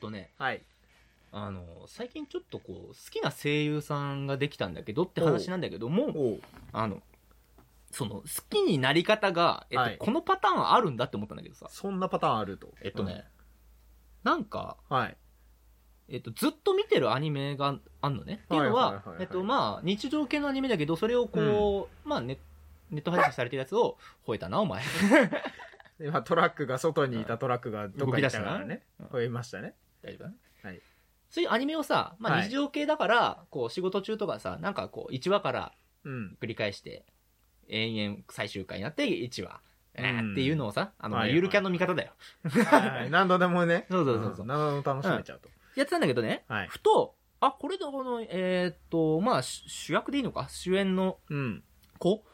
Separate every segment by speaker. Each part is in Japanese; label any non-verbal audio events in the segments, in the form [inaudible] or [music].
Speaker 1: とね
Speaker 2: はい。
Speaker 1: あの最近ちょっとこう好きな声優さんができたんだけどって話なんだけども
Speaker 2: おう
Speaker 1: あのその好きになり方が、えっと
Speaker 2: はい
Speaker 1: このパターンあるんだって思ったんだけどさ
Speaker 2: そんなパターンあると。
Speaker 1: えっとね、なんか、
Speaker 2: うん。はい。
Speaker 1: えっと、ずっと見てるアニメがあんのね。っていうの
Speaker 2: はいは
Speaker 1: は
Speaker 2: いはいは、い
Speaker 1: えっと、まあ、日常系のアニメだけど、それをこう、まあネ、ネット配信されてるやつを、吠えたな、お
Speaker 2: [laughs]
Speaker 1: 前。
Speaker 2: 今トラックが外にいたトラックがどっか行ったからね
Speaker 1: 動き出したなうん
Speaker 2: 増えましたね
Speaker 1: 大丈夫
Speaker 2: はい
Speaker 1: そういうアニメをさ、まあ、
Speaker 2: はい
Speaker 1: 日常系だから、こう、仕事中とかさ、なんかこう、1話から [laughs]
Speaker 2: うん
Speaker 1: 繰り返して、延々最終回になって1話。え
Speaker 2: うん
Speaker 1: ー、っていうのをさ、あの、まあ
Speaker 2: はいはい
Speaker 1: ゆるキャンの見方だよ。
Speaker 2: はい何度でもね
Speaker 1: そうそうそうそうん
Speaker 2: 何度でも楽しめちゃうと
Speaker 1: やってたんだけどね、
Speaker 2: はい
Speaker 1: ふと、あ、これだ、この、えーっと、まあ、主主役でいいのか主演の
Speaker 2: うん
Speaker 1: 子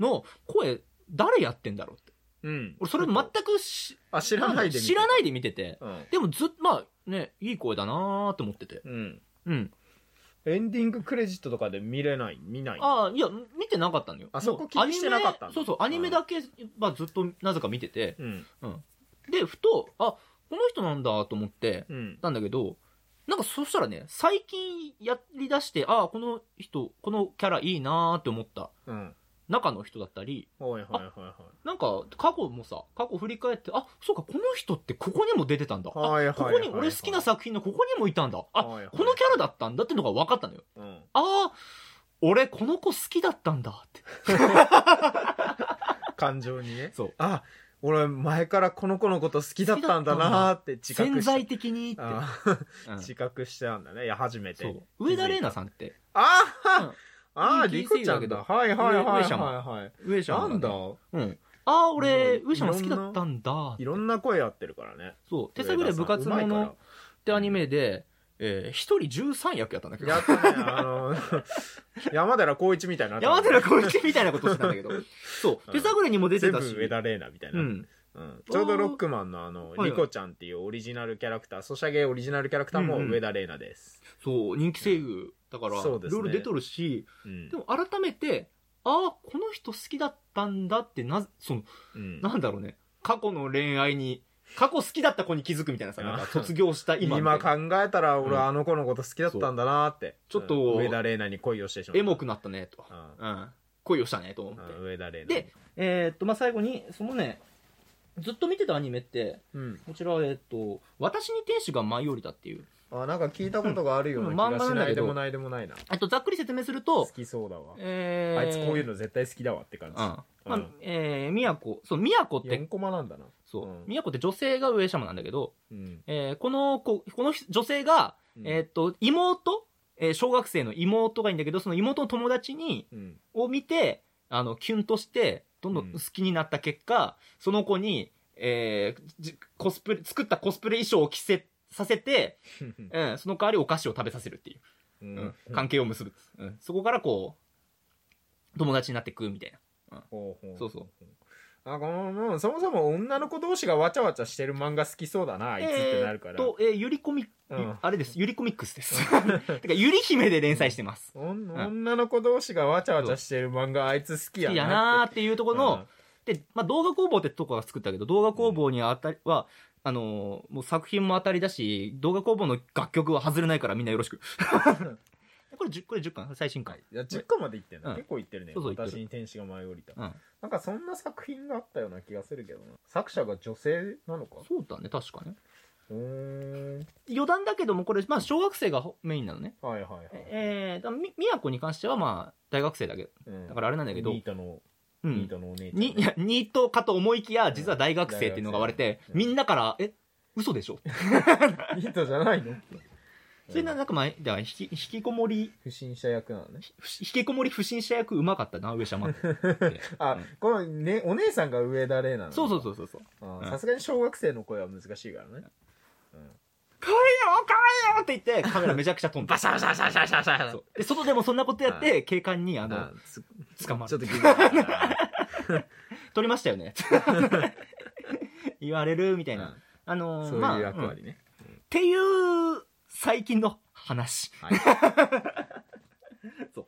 Speaker 1: の声、誰やってんだろうって。
Speaker 2: うん
Speaker 1: 俺、それ全くし
Speaker 2: あ知らないで見て
Speaker 1: 知らないで見てて。
Speaker 2: うん
Speaker 1: でもずっと、まあね、いい声だなーって思ってて。
Speaker 2: うん
Speaker 1: うん。
Speaker 2: エンディングクレジットとかで見れない見ない
Speaker 1: ああ、いや、見てなかったのよ。
Speaker 2: あそこ
Speaker 1: もう
Speaker 2: 気にしてなかった
Speaker 1: アニ
Speaker 2: んだ
Speaker 1: メそうそう、アニメだけ、まあずっとなぜか見てて。
Speaker 2: うん
Speaker 1: で、ふと、あ、この人なんだと思って、
Speaker 2: うん
Speaker 1: たんだけど、なんかそしたらね、最近やりだして、ああ、この人、このキャラいいなーって思った
Speaker 2: うん
Speaker 1: 中の人だったり、
Speaker 2: はいはいはいはい
Speaker 1: なんか、過去もさ、過去振り返って、あ、そうか、この人ってここにも出てたんだ。あ
Speaker 2: はいはい
Speaker 1: こ
Speaker 2: はい
Speaker 1: こに、俺好きな作品のここにもいたんだ。あ、
Speaker 2: はいはい
Speaker 1: このキャラだったんだってのが分かったのよ。
Speaker 2: うん
Speaker 1: ああ、俺この子好きだったんだ
Speaker 2: [laughs]
Speaker 1: って。
Speaker 2: 感情にね
Speaker 1: そう
Speaker 2: あ俺前からこの子のこと好きだったんだなーって自
Speaker 1: 潜
Speaker 2: 覚した
Speaker 1: 在的にって。
Speaker 2: あ
Speaker 1: う
Speaker 2: ー
Speaker 1: ん
Speaker 2: 自覚してたんだねいや初めて
Speaker 1: そう。上田玲奈さんって、
Speaker 2: あ
Speaker 1: う
Speaker 2: ー
Speaker 1: ん
Speaker 2: あ
Speaker 1: 人
Speaker 2: ー
Speaker 1: 気
Speaker 2: リコちゃんだはいはいはいはいはい
Speaker 1: 上社
Speaker 2: なんだ
Speaker 1: うん。ああ、俺、
Speaker 2: うん
Speaker 1: 上社も好きだったんだっ
Speaker 2: い
Speaker 1: て。
Speaker 2: ろんな声やってるからね
Speaker 1: そう。手探りで部活
Speaker 2: 上田
Speaker 1: も
Speaker 2: さんうまい
Speaker 1: の
Speaker 2: か
Speaker 1: ってアニメで、えー、一人13役やったんだけ
Speaker 2: ら
Speaker 1: ど。
Speaker 2: やったねあの [laughs] 山寺宏一みたいになってる
Speaker 1: 山寺宏一みたいなことしてたんだ [laughs] けど。そう。手探りにも出て
Speaker 2: 全部
Speaker 1: たし。
Speaker 2: 上田玲奈みたいうな、
Speaker 1: ん。
Speaker 2: うんちょうどロックマンのあの
Speaker 1: はいはい
Speaker 2: リコちゃんっていうオリジナルキャラクターソシャゲオリジナルキャラクターも
Speaker 1: うんうん
Speaker 2: 上田玲奈です、
Speaker 1: そう、人気声優だから、い
Speaker 2: そ
Speaker 1: ろ
Speaker 2: うで
Speaker 1: い
Speaker 2: すね
Speaker 1: ろ出とるし、
Speaker 2: うん
Speaker 1: でも改めて、ああ、この人好きだったんだって、な、その、
Speaker 2: うん
Speaker 1: なんだろうね、過去の恋愛に、過去好きだった子に気づくみたいなさ、なんか卒業した今
Speaker 2: 今
Speaker 1: みたいな
Speaker 2: 考えたら俺
Speaker 1: うん
Speaker 2: あの子のこと好きだったんだなーって、
Speaker 1: ちょっと
Speaker 2: うん上田玲奈に恋をしてしまった
Speaker 1: エモくなったね、と。
Speaker 2: うん
Speaker 1: うん。恋をしたね、と思って。
Speaker 2: うん上田玲奈
Speaker 1: で、えーっと、まあ、最後に、そのね、ずっと見てたアニメって、
Speaker 2: うん、
Speaker 1: こちら、えーっと、私に天使が舞い降りたっていう。
Speaker 2: あなんか聞いたことがあるよう
Speaker 1: う
Speaker 2: なん
Speaker 1: 漫画
Speaker 2: 気が
Speaker 1: な
Speaker 2: し
Speaker 1: んだ
Speaker 2: ない
Speaker 1: け
Speaker 2: で
Speaker 1: ど
Speaker 2: もないでもないな
Speaker 1: えっと、ざっくり説明する
Speaker 2: 好
Speaker 1: と、
Speaker 2: きそうだわ、
Speaker 1: えー、
Speaker 2: あいつこういう
Speaker 1: の。
Speaker 2: の絶対好きだわって感
Speaker 1: うん。
Speaker 2: じ、
Speaker 1: ま
Speaker 2: う
Speaker 1: あ
Speaker 2: ん、
Speaker 1: えー、宮子、そう、宮子って
Speaker 2: 4、コマなんだな
Speaker 1: そう
Speaker 2: うん、
Speaker 1: 宮子って女性が上様なんだけど、
Speaker 2: うん
Speaker 1: えーこの子、この女性が、えーっと、妹、えー小学生の妹がいいんだけど、その妹の友達に、
Speaker 2: うん
Speaker 1: を見て、あの、キュンとして、どんどん好きになった結果、その子に、えーじコスプレ、作ったコスプレ衣装を着せ、させて、 [laughs] うん、その代わりお菓子を食べさせるっていう、
Speaker 2: う
Speaker 1: うんん関係を結ぶ、うんそこからこう、友達になってくみたいな。
Speaker 2: ほうほう
Speaker 1: そうそう
Speaker 2: あこのもうそもそも女の子同士がわちゃわちゃしてる漫画好きそうだなあいつってなるか
Speaker 1: え
Speaker 2: ら、
Speaker 1: ーと、えーゆりコミ、
Speaker 2: うん
Speaker 1: あれです、ゆりコミックス
Speaker 2: [laughs]
Speaker 1: です。てか、ゆり姫で連載してます。
Speaker 2: おん女の子同士がわちゃわちゃしてる漫画あいつ好き
Speaker 1: い
Speaker 2: や
Speaker 1: や
Speaker 2: な
Speaker 1: なー
Speaker 2: っ
Speaker 1: っていうと
Speaker 2: て
Speaker 1: ころの、で、まあ、動画工房ってとこが作ったけど、動画工房にあたりは、あのーもう作品も当たりだし、動画工房の楽曲は外れないからみんなよろしく。 [laughs] これ10、これ10巻、最新巻。
Speaker 2: いや10個までいってんだ、
Speaker 1: うん
Speaker 2: 結構いってるね
Speaker 1: そうそういってる
Speaker 2: 私に天使が舞い降りた、
Speaker 1: うん。
Speaker 2: なんかそんな作品があったような気がするけどな作者が女性なのか
Speaker 1: そうだね、確かね。
Speaker 2: うーん
Speaker 1: 余談だけども、これ、まあ、小学生がメインなのね。
Speaker 2: はいはいはい、
Speaker 1: えー、だからみ、みやこに関しては、まあ、大学生だけど、
Speaker 2: うん
Speaker 1: だからあれなんだけど、
Speaker 2: ニートの、
Speaker 1: う
Speaker 2: ニー
Speaker 1: ん。
Speaker 2: トのお姉ちゃんね、
Speaker 1: に、いや、ニートかと思いきや、実は大学生っていうのが割れて、
Speaker 2: うん
Speaker 1: みんなから、え、嘘でしょ
Speaker 2: ニートじゃないの
Speaker 1: それな、なんかまあ、だから引き、引きこもり、
Speaker 2: 不審者役なのね
Speaker 1: ふし引きこもり不審者役うまかったな、上様って。
Speaker 2: あ、
Speaker 1: うん
Speaker 2: このねお姉さんが上田玲奈なの
Speaker 1: そうそうそうそうそう。
Speaker 2: あ
Speaker 1: う
Speaker 2: ー
Speaker 1: ん
Speaker 2: さすがに小学生の声は難しいからね、
Speaker 1: かわいいよかわいいよって言って、カメラめちゃくちゃ飛んで。バシャバシャバシャバシャバシャそうで、外でもそんなことやって、警官に、あ
Speaker 2: あ
Speaker 1: の、
Speaker 2: つ
Speaker 1: 捕ま
Speaker 2: ちょ
Speaker 1: る
Speaker 2: っ。と気になるな
Speaker 1: 撮りましたよね。 [laughs] 言われる、みたいな。あ
Speaker 2: うん
Speaker 1: の
Speaker 2: そ
Speaker 1: ー、
Speaker 2: う
Speaker 1: まあ、
Speaker 2: い
Speaker 1: うん
Speaker 2: う役
Speaker 1: っ
Speaker 2: 割ね、
Speaker 1: ていう、最近の話。
Speaker 2: はい
Speaker 1: う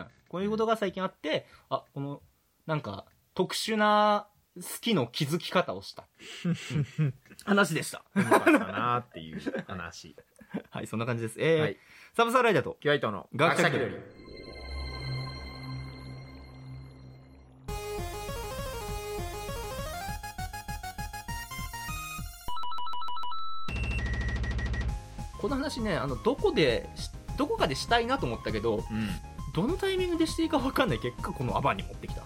Speaker 1: ん。こういうことが最近あって、あ、この、なんか、特殊な好きの気づき方を [laughs] した。うん話でした。
Speaker 2: うまかったなーっていう話。
Speaker 1: はい、そんな感じです。えー
Speaker 2: はい
Speaker 1: サブサーライダーと。
Speaker 2: キュアイトの
Speaker 1: 学者気取りこの話ね、あの、どこでし、どこかでしたいなと思ったけど、どのタイミングでしていいか分かんない結果、このアバンに持ってきた。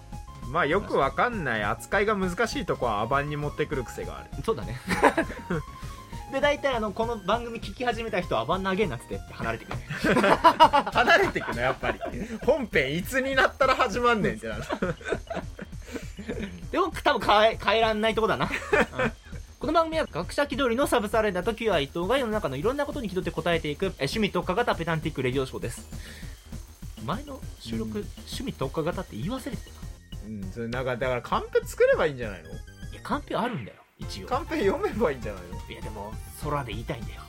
Speaker 2: うん。まあよくわかんない扱いが難しいとこはアバンに持ってくる癖がある。
Speaker 1: そうだね。 [laughs] で、大体あの、この番組聞き始めた人はアバン投げになっててって離れてくる。
Speaker 2: 離れてくのやっぱり。本編いつになったら始まんねんってなる。
Speaker 1: でも多分変え変えらんないとこだな、うんこの番組は学者気取りのサブサーライダーとキュア伊藤が世の中のいろんなことに気取って答えていくえ趣味特化型ペダンティックレディオショーです前の収録、
Speaker 2: うん
Speaker 1: 趣味特化型って言い忘れてた
Speaker 2: うん、それなんかだからカンペ作ればいいんじゃないの
Speaker 1: いやカンペあるんだよ一応
Speaker 2: カンペ読めばいいんじゃないの
Speaker 1: いやでも空で言いたいんだよ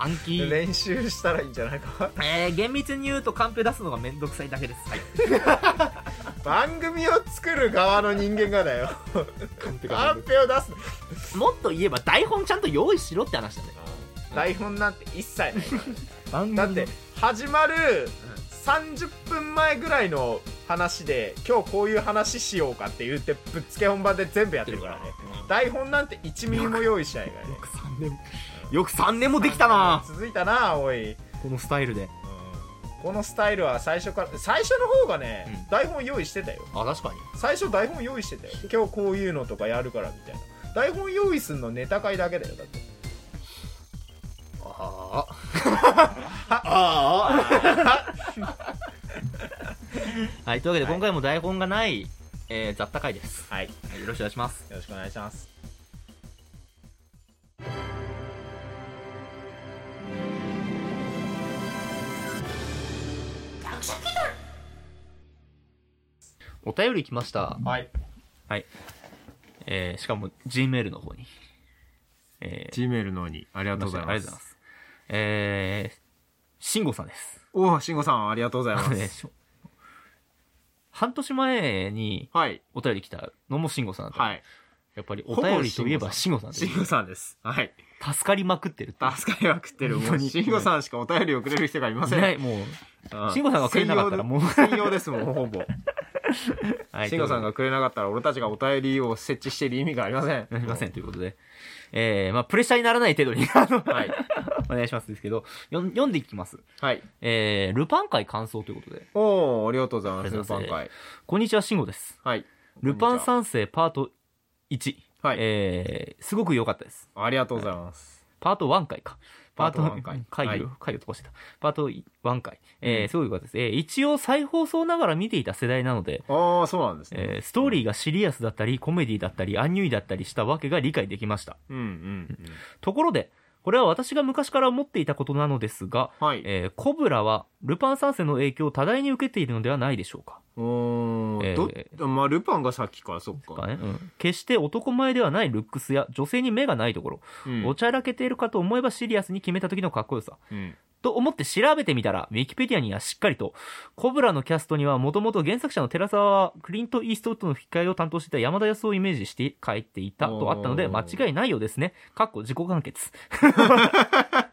Speaker 1: 暗記、
Speaker 2: 練習したらいいんじゃないか
Speaker 1: えー厳密に言うとカンペ出すのがめんどくさいだけですはい
Speaker 2: 番組を作る側の人間がだよ
Speaker 1: カンペ
Speaker 2: カ
Speaker 1: が
Speaker 2: ンペを出す
Speaker 1: もっと言えば台本ちゃんと用意しろって話だね
Speaker 2: 台本なんて一切ない
Speaker 1: 番組
Speaker 2: だって始まる30分前ぐらいの話で今日こういう話しようかって言ってぶっつけ本番で全部やってるからね台本なんて1ミリも用意しないからね
Speaker 1: よく3年もよく3年もできたな
Speaker 2: 続いたなおい、うん
Speaker 1: このスタイルで
Speaker 2: このスタイルは最初から最初の方がね、
Speaker 1: うん
Speaker 2: 台本用意してたよ
Speaker 1: あ確かに
Speaker 2: 最初台本用意してたよ今日こういうのとかやるからみたいな台本用意すんのネタ会だけだよだって
Speaker 1: ああああはいというわけで今回も台本がない、えー雑多会です、
Speaker 2: はいよ
Speaker 1: はい、よろしくお願いします
Speaker 2: ろしくお願いします
Speaker 1: お便り来ました、
Speaker 2: はい
Speaker 1: えーしかも G メールの方にえー
Speaker 3: G メールの方にありがとうござい
Speaker 1: あ
Speaker 3: ま
Speaker 1: りがとうござい
Speaker 3: す
Speaker 1: ま。すえー慎吾さんです
Speaker 3: おお、慎吾さんありがとうござい
Speaker 1: あ
Speaker 3: ま
Speaker 1: のね
Speaker 3: す。
Speaker 1: しょ半年前に
Speaker 3: はい。
Speaker 1: お便り来たのも慎吾さんだった
Speaker 3: はい。
Speaker 1: やっぱりお便りといえば [laughs] 慎
Speaker 3: ほ
Speaker 1: 吾さんです
Speaker 3: 慎吾さんです。はい。
Speaker 1: 助かりまくってるっていう
Speaker 3: 助かりまくってる。も
Speaker 1: 本
Speaker 3: う
Speaker 1: 当に
Speaker 3: 慎吾さんしかお便りをくれる人がいません。
Speaker 1: ねもう
Speaker 3: うん
Speaker 1: 慎吾さんがくれなかったらもう
Speaker 3: 専用専用ですもん、ほぼ。
Speaker 1: はい
Speaker 3: [laughs] 慎吾さんがくれなかったら俺たちがお便りを設置している意味がありま
Speaker 1: [laughs]
Speaker 3: せん。
Speaker 1: なりませんということで、えー、まあ、プレッシャーにならない程度に、 [laughs] あの、
Speaker 3: はい。
Speaker 1: お願いしますですけど、よん読んでいきます。
Speaker 3: はい。
Speaker 1: えー、ルパン界感想ということで、
Speaker 3: おお、ありがとうございます。
Speaker 1: ありが
Speaker 3: ル
Speaker 1: とう
Speaker 3: パ
Speaker 1: ござ
Speaker 3: ン
Speaker 1: いま
Speaker 3: 会。
Speaker 1: こんにちは、慎吾です。
Speaker 3: はい。
Speaker 1: ルパン
Speaker 3: ん。
Speaker 1: 三世パート1。
Speaker 3: はい
Speaker 1: えー、すごく良かったです。
Speaker 3: ありがとうございます。
Speaker 1: パート1回か。
Speaker 3: パート1回
Speaker 1: 回
Speaker 3: はい
Speaker 1: を、回を飛ばしてた。パート1回。えー、すごく良かったです。えー、一応再放送ながら見ていた世代なので、
Speaker 3: ああ、そうなんですね。
Speaker 1: えー、ストーリーがシリアスだったり、コメディだったり、アンニュイだったりしたわけが理解できました。
Speaker 3: うんうん
Speaker 1: ところで、これは私が昔から思っていたことなのですが、
Speaker 3: うん。はい。
Speaker 1: えーコブラはルパン三世の影響を多大に受けているのではないでしょうか
Speaker 3: おー
Speaker 1: えー
Speaker 3: ど、まあ、ルパンがさっきから、そっ
Speaker 1: か
Speaker 3: か。
Speaker 1: ねうん決して男前ではないルックスや女性に目がないところ、
Speaker 3: うん
Speaker 1: おちゃらけているかと思えばシリアスに決めた時のかっこよさ
Speaker 3: うん。
Speaker 1: と思って調べてみたらウィキペディアにはしっかりとコブラのキャストにはもともと原作者の寺澤クリント・イーストウッドの吹き替えを担当していた山田康夫をイメージして書いていたとあったので
Speaker 3: お
Speaker 1: 間
Speaker 3: ー
Speaker 1: 違いないようですねかっこ自己
Speaker 3: [laughs]
Speaker 1: 完結は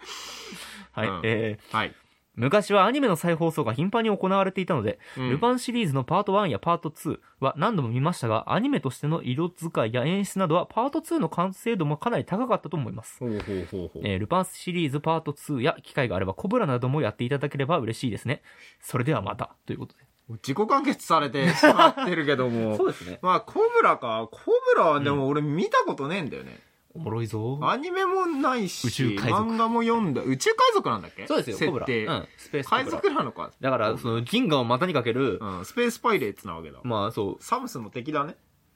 Speaker 1: い、
Speaker 3: うん
Speaker 1: えー
Speaker 3: はい。
Speaker 1: 昔はアニメの再放送が頻繁に行われていたので、ルパンシリーズのパート1やパート2は何度も見ましたが、アニメとしての色使いや演出などはパート2の完成度もかなり高かったと思います。
Speaker 3: ほうほうほうほう。
Speaker 1: えールパンシリーズパート2や機会があればコブラなどもやっていただければ嬉しいですね。それではまた。ということで。
Speaker 3: 自己完結されてしまってるけど
Speaker 1: [laughs]
Speaker 3: も。
Speaker 1: うですね。
Speaker 3: まあ、コブラか。コブラはでも俺見たことねえんだよね。
Speaker 1: おもろいぞ。
Speaker 3: アニメもないし、
Speaker 1: 宇宙海賊
Speaker 3: 漫画も読んだ。宇宙海賊なんだっけ
Speaker 1: そうですよ、コブ
Speaker 3: 設
Speaker 1: ラ。
Speaker 3: 定。
Speaker 1: うん、スペースコ
Speaker 3: 海
Speaker 1: ブラ。
Speaker 3: 賊なのか。
Speaker 1: だから、その、銀河を股にかける、
Speaker 3: うん、スペースパイレーツなわけだ。
Speaker 1: まあそう、
Speaker 3: サムスの敵だね。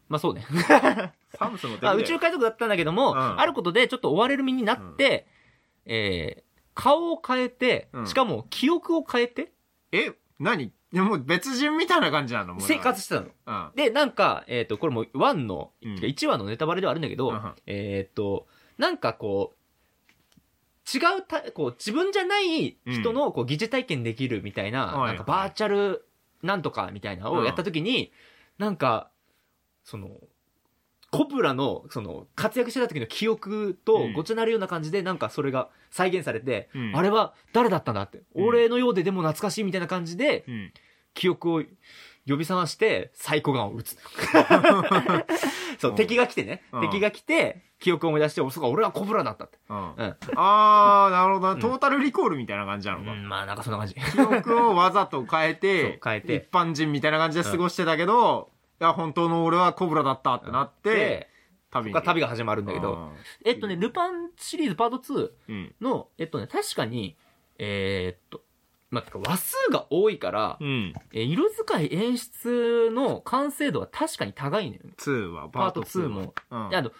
Speaker 1: まあそうね。
Speaker 3: サムスの敵だ
Speaker 1: あ
Speaker 3: よ。
Speaker 1: 宇宙海賊だったんだけども、
Speaker 3: うん
Speaker 1: あることでちょっと追われる身になって、えー顔を変えて、
Speaker 3: うん
Speaker 1: しかも記憶を変えて、
Speaker 3: え何いやもう別人みたいな感じなのもう
Speaker 1: 生活してたの。
Speaker 3: うん。
Speaker 1: で、なんか、えっ、と、これも1の、
Speaker 3: うん
Speaker 1: てか1話のネタバレではあるんだけど、
Speaker 3: うん
Speaker 1: えっ、と、なんかこう、違うた、こう、自分じゃない人の、こう、疑似体験できるみたいな、
Speaker 3: はい
Speaker 1: なんかバーチャルなんとかみたいなのをやったときに、なんか、その、コブラの、その、活躍してた時の記憶と
Speaker 4: うん
Speaker 1: ごちゃなるような感じで、なんかそれが再現されて、
Speaker 4: うん
Speaker 1: あれは誰だったんだって、
Speaker 4: うん
Speaker 1: 俺のようででも懐かしいみたいな感じで、
Speaker 4: うん
Speaker 1: 記憶を呼び覚まして、サイコガンを撃つ。そう、
Speaker 2: うん
Speaker 1: 敵が来てね、
Speaker 2: うん
Speaker 1: 敵が来て、記憶を思い出して、おそうか、俺はコブラだったって。
Speaker 2: うん
Speaker 1: うん。
Speaker 2: あー、なるほど
Speaker 1: ん
Speaker 2: な。トータルリコールみたいな感じなのか。
Speaker 1: まあ、なんかそんな感じ。
Speaker 2: 記憶をわざと変えて、
Speaker 1: [laughs] そう変えて
Speaker 2: 一般人みたいな感じで過ごしてたけど、いや、本当の俺はコブラだったってなって、
Speaker 1: で、
Speaker 2: 旅に。
Speaker 1: が旅が始まるんだけど、えっとね、ルパンシリーズパート2、
Speaker 2: うん。うん。
Speaker 1: の、えっとね、確かに、えーっと、まあ、てか話数が多いから、
Speaker 2: うん。
Speaker 1: えー色使い演出の完成度は確かに高いのよね。
Speaker 2: 2は、
Speaker 1: パート2も。
Speaker 2: うん。
Speaker 1: いやあの、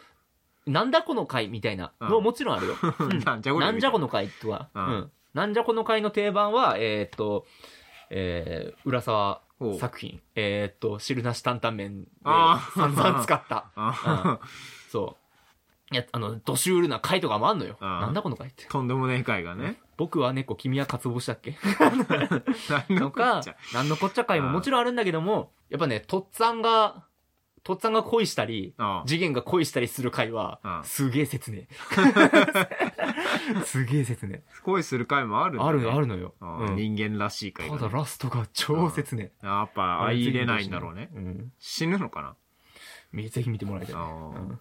Speaker 1: なんだこの回みたいなの
Speaker 2: う
Speaker 1: も
Speaker 2: ん
Speaker 1: もちろんあるよ。うん
Speaker 2: [laughs] なんじゃこりゃ
Speaker 1: なんじゃこの回とは。う
Speaker 2: うん
Speaker 1: ん。なんじゃこの回の定番は、えーっと、えー浦沢
Speaker 2: ほう
Speaker 1: 作品。えーっと、汁なし担々麺で
Speaker 2: あー
Speaker 1: 散々使った。
Speaker 2: あ
Speaker 1: そう。いや、あの、ドシュールな回とかもあんのよ。
Speaker 2: うん
Speaker 1: なんだこの回って。
Speaker 2: とんでもねえ回がね。
Speaker 1: 僕は猫、君はかつぼしたっ
Speaker 2: [laughs]
Speaker 1: け
Speaker 2: 何
Speaker 1: の
Speaker 2: のこ
Speaker 1: か
Speaker 2: っちゃ、
Speaker 1: なんのこっちゃ会ももちろんあるんだけども、やっぱね、とっつぁんが、とっつぁんが恋したり、
Speaker 2: あ
Speaker 1: 次元が恋したりする会は
Speaker 2: あ、あ
Speaker 1: すげえ切ね
Speaker 2: [laughs]
Speaker 1: え。すげえ切ね
Speaker 2: あ恋する回もある
Speaker 1: え。
Speaker 2: んだね
Speaker 1: あるの、あるのよ。
Speaker 2: ああ
Speaker 1: うん
Speaker 2: 人間らしい回
Speaker 1: た
Speaker 2: がね
Speaker 1: だラストが超切ねえ。
Speaker 2: やっぱ相入れないんだろうね。
Speaker 1: うん。
Speaker 2: 死ぬのかな
Speaker 1: ぜひ見てもらいたいね。
Speaker 2: ああ
Speaker 1: うんっ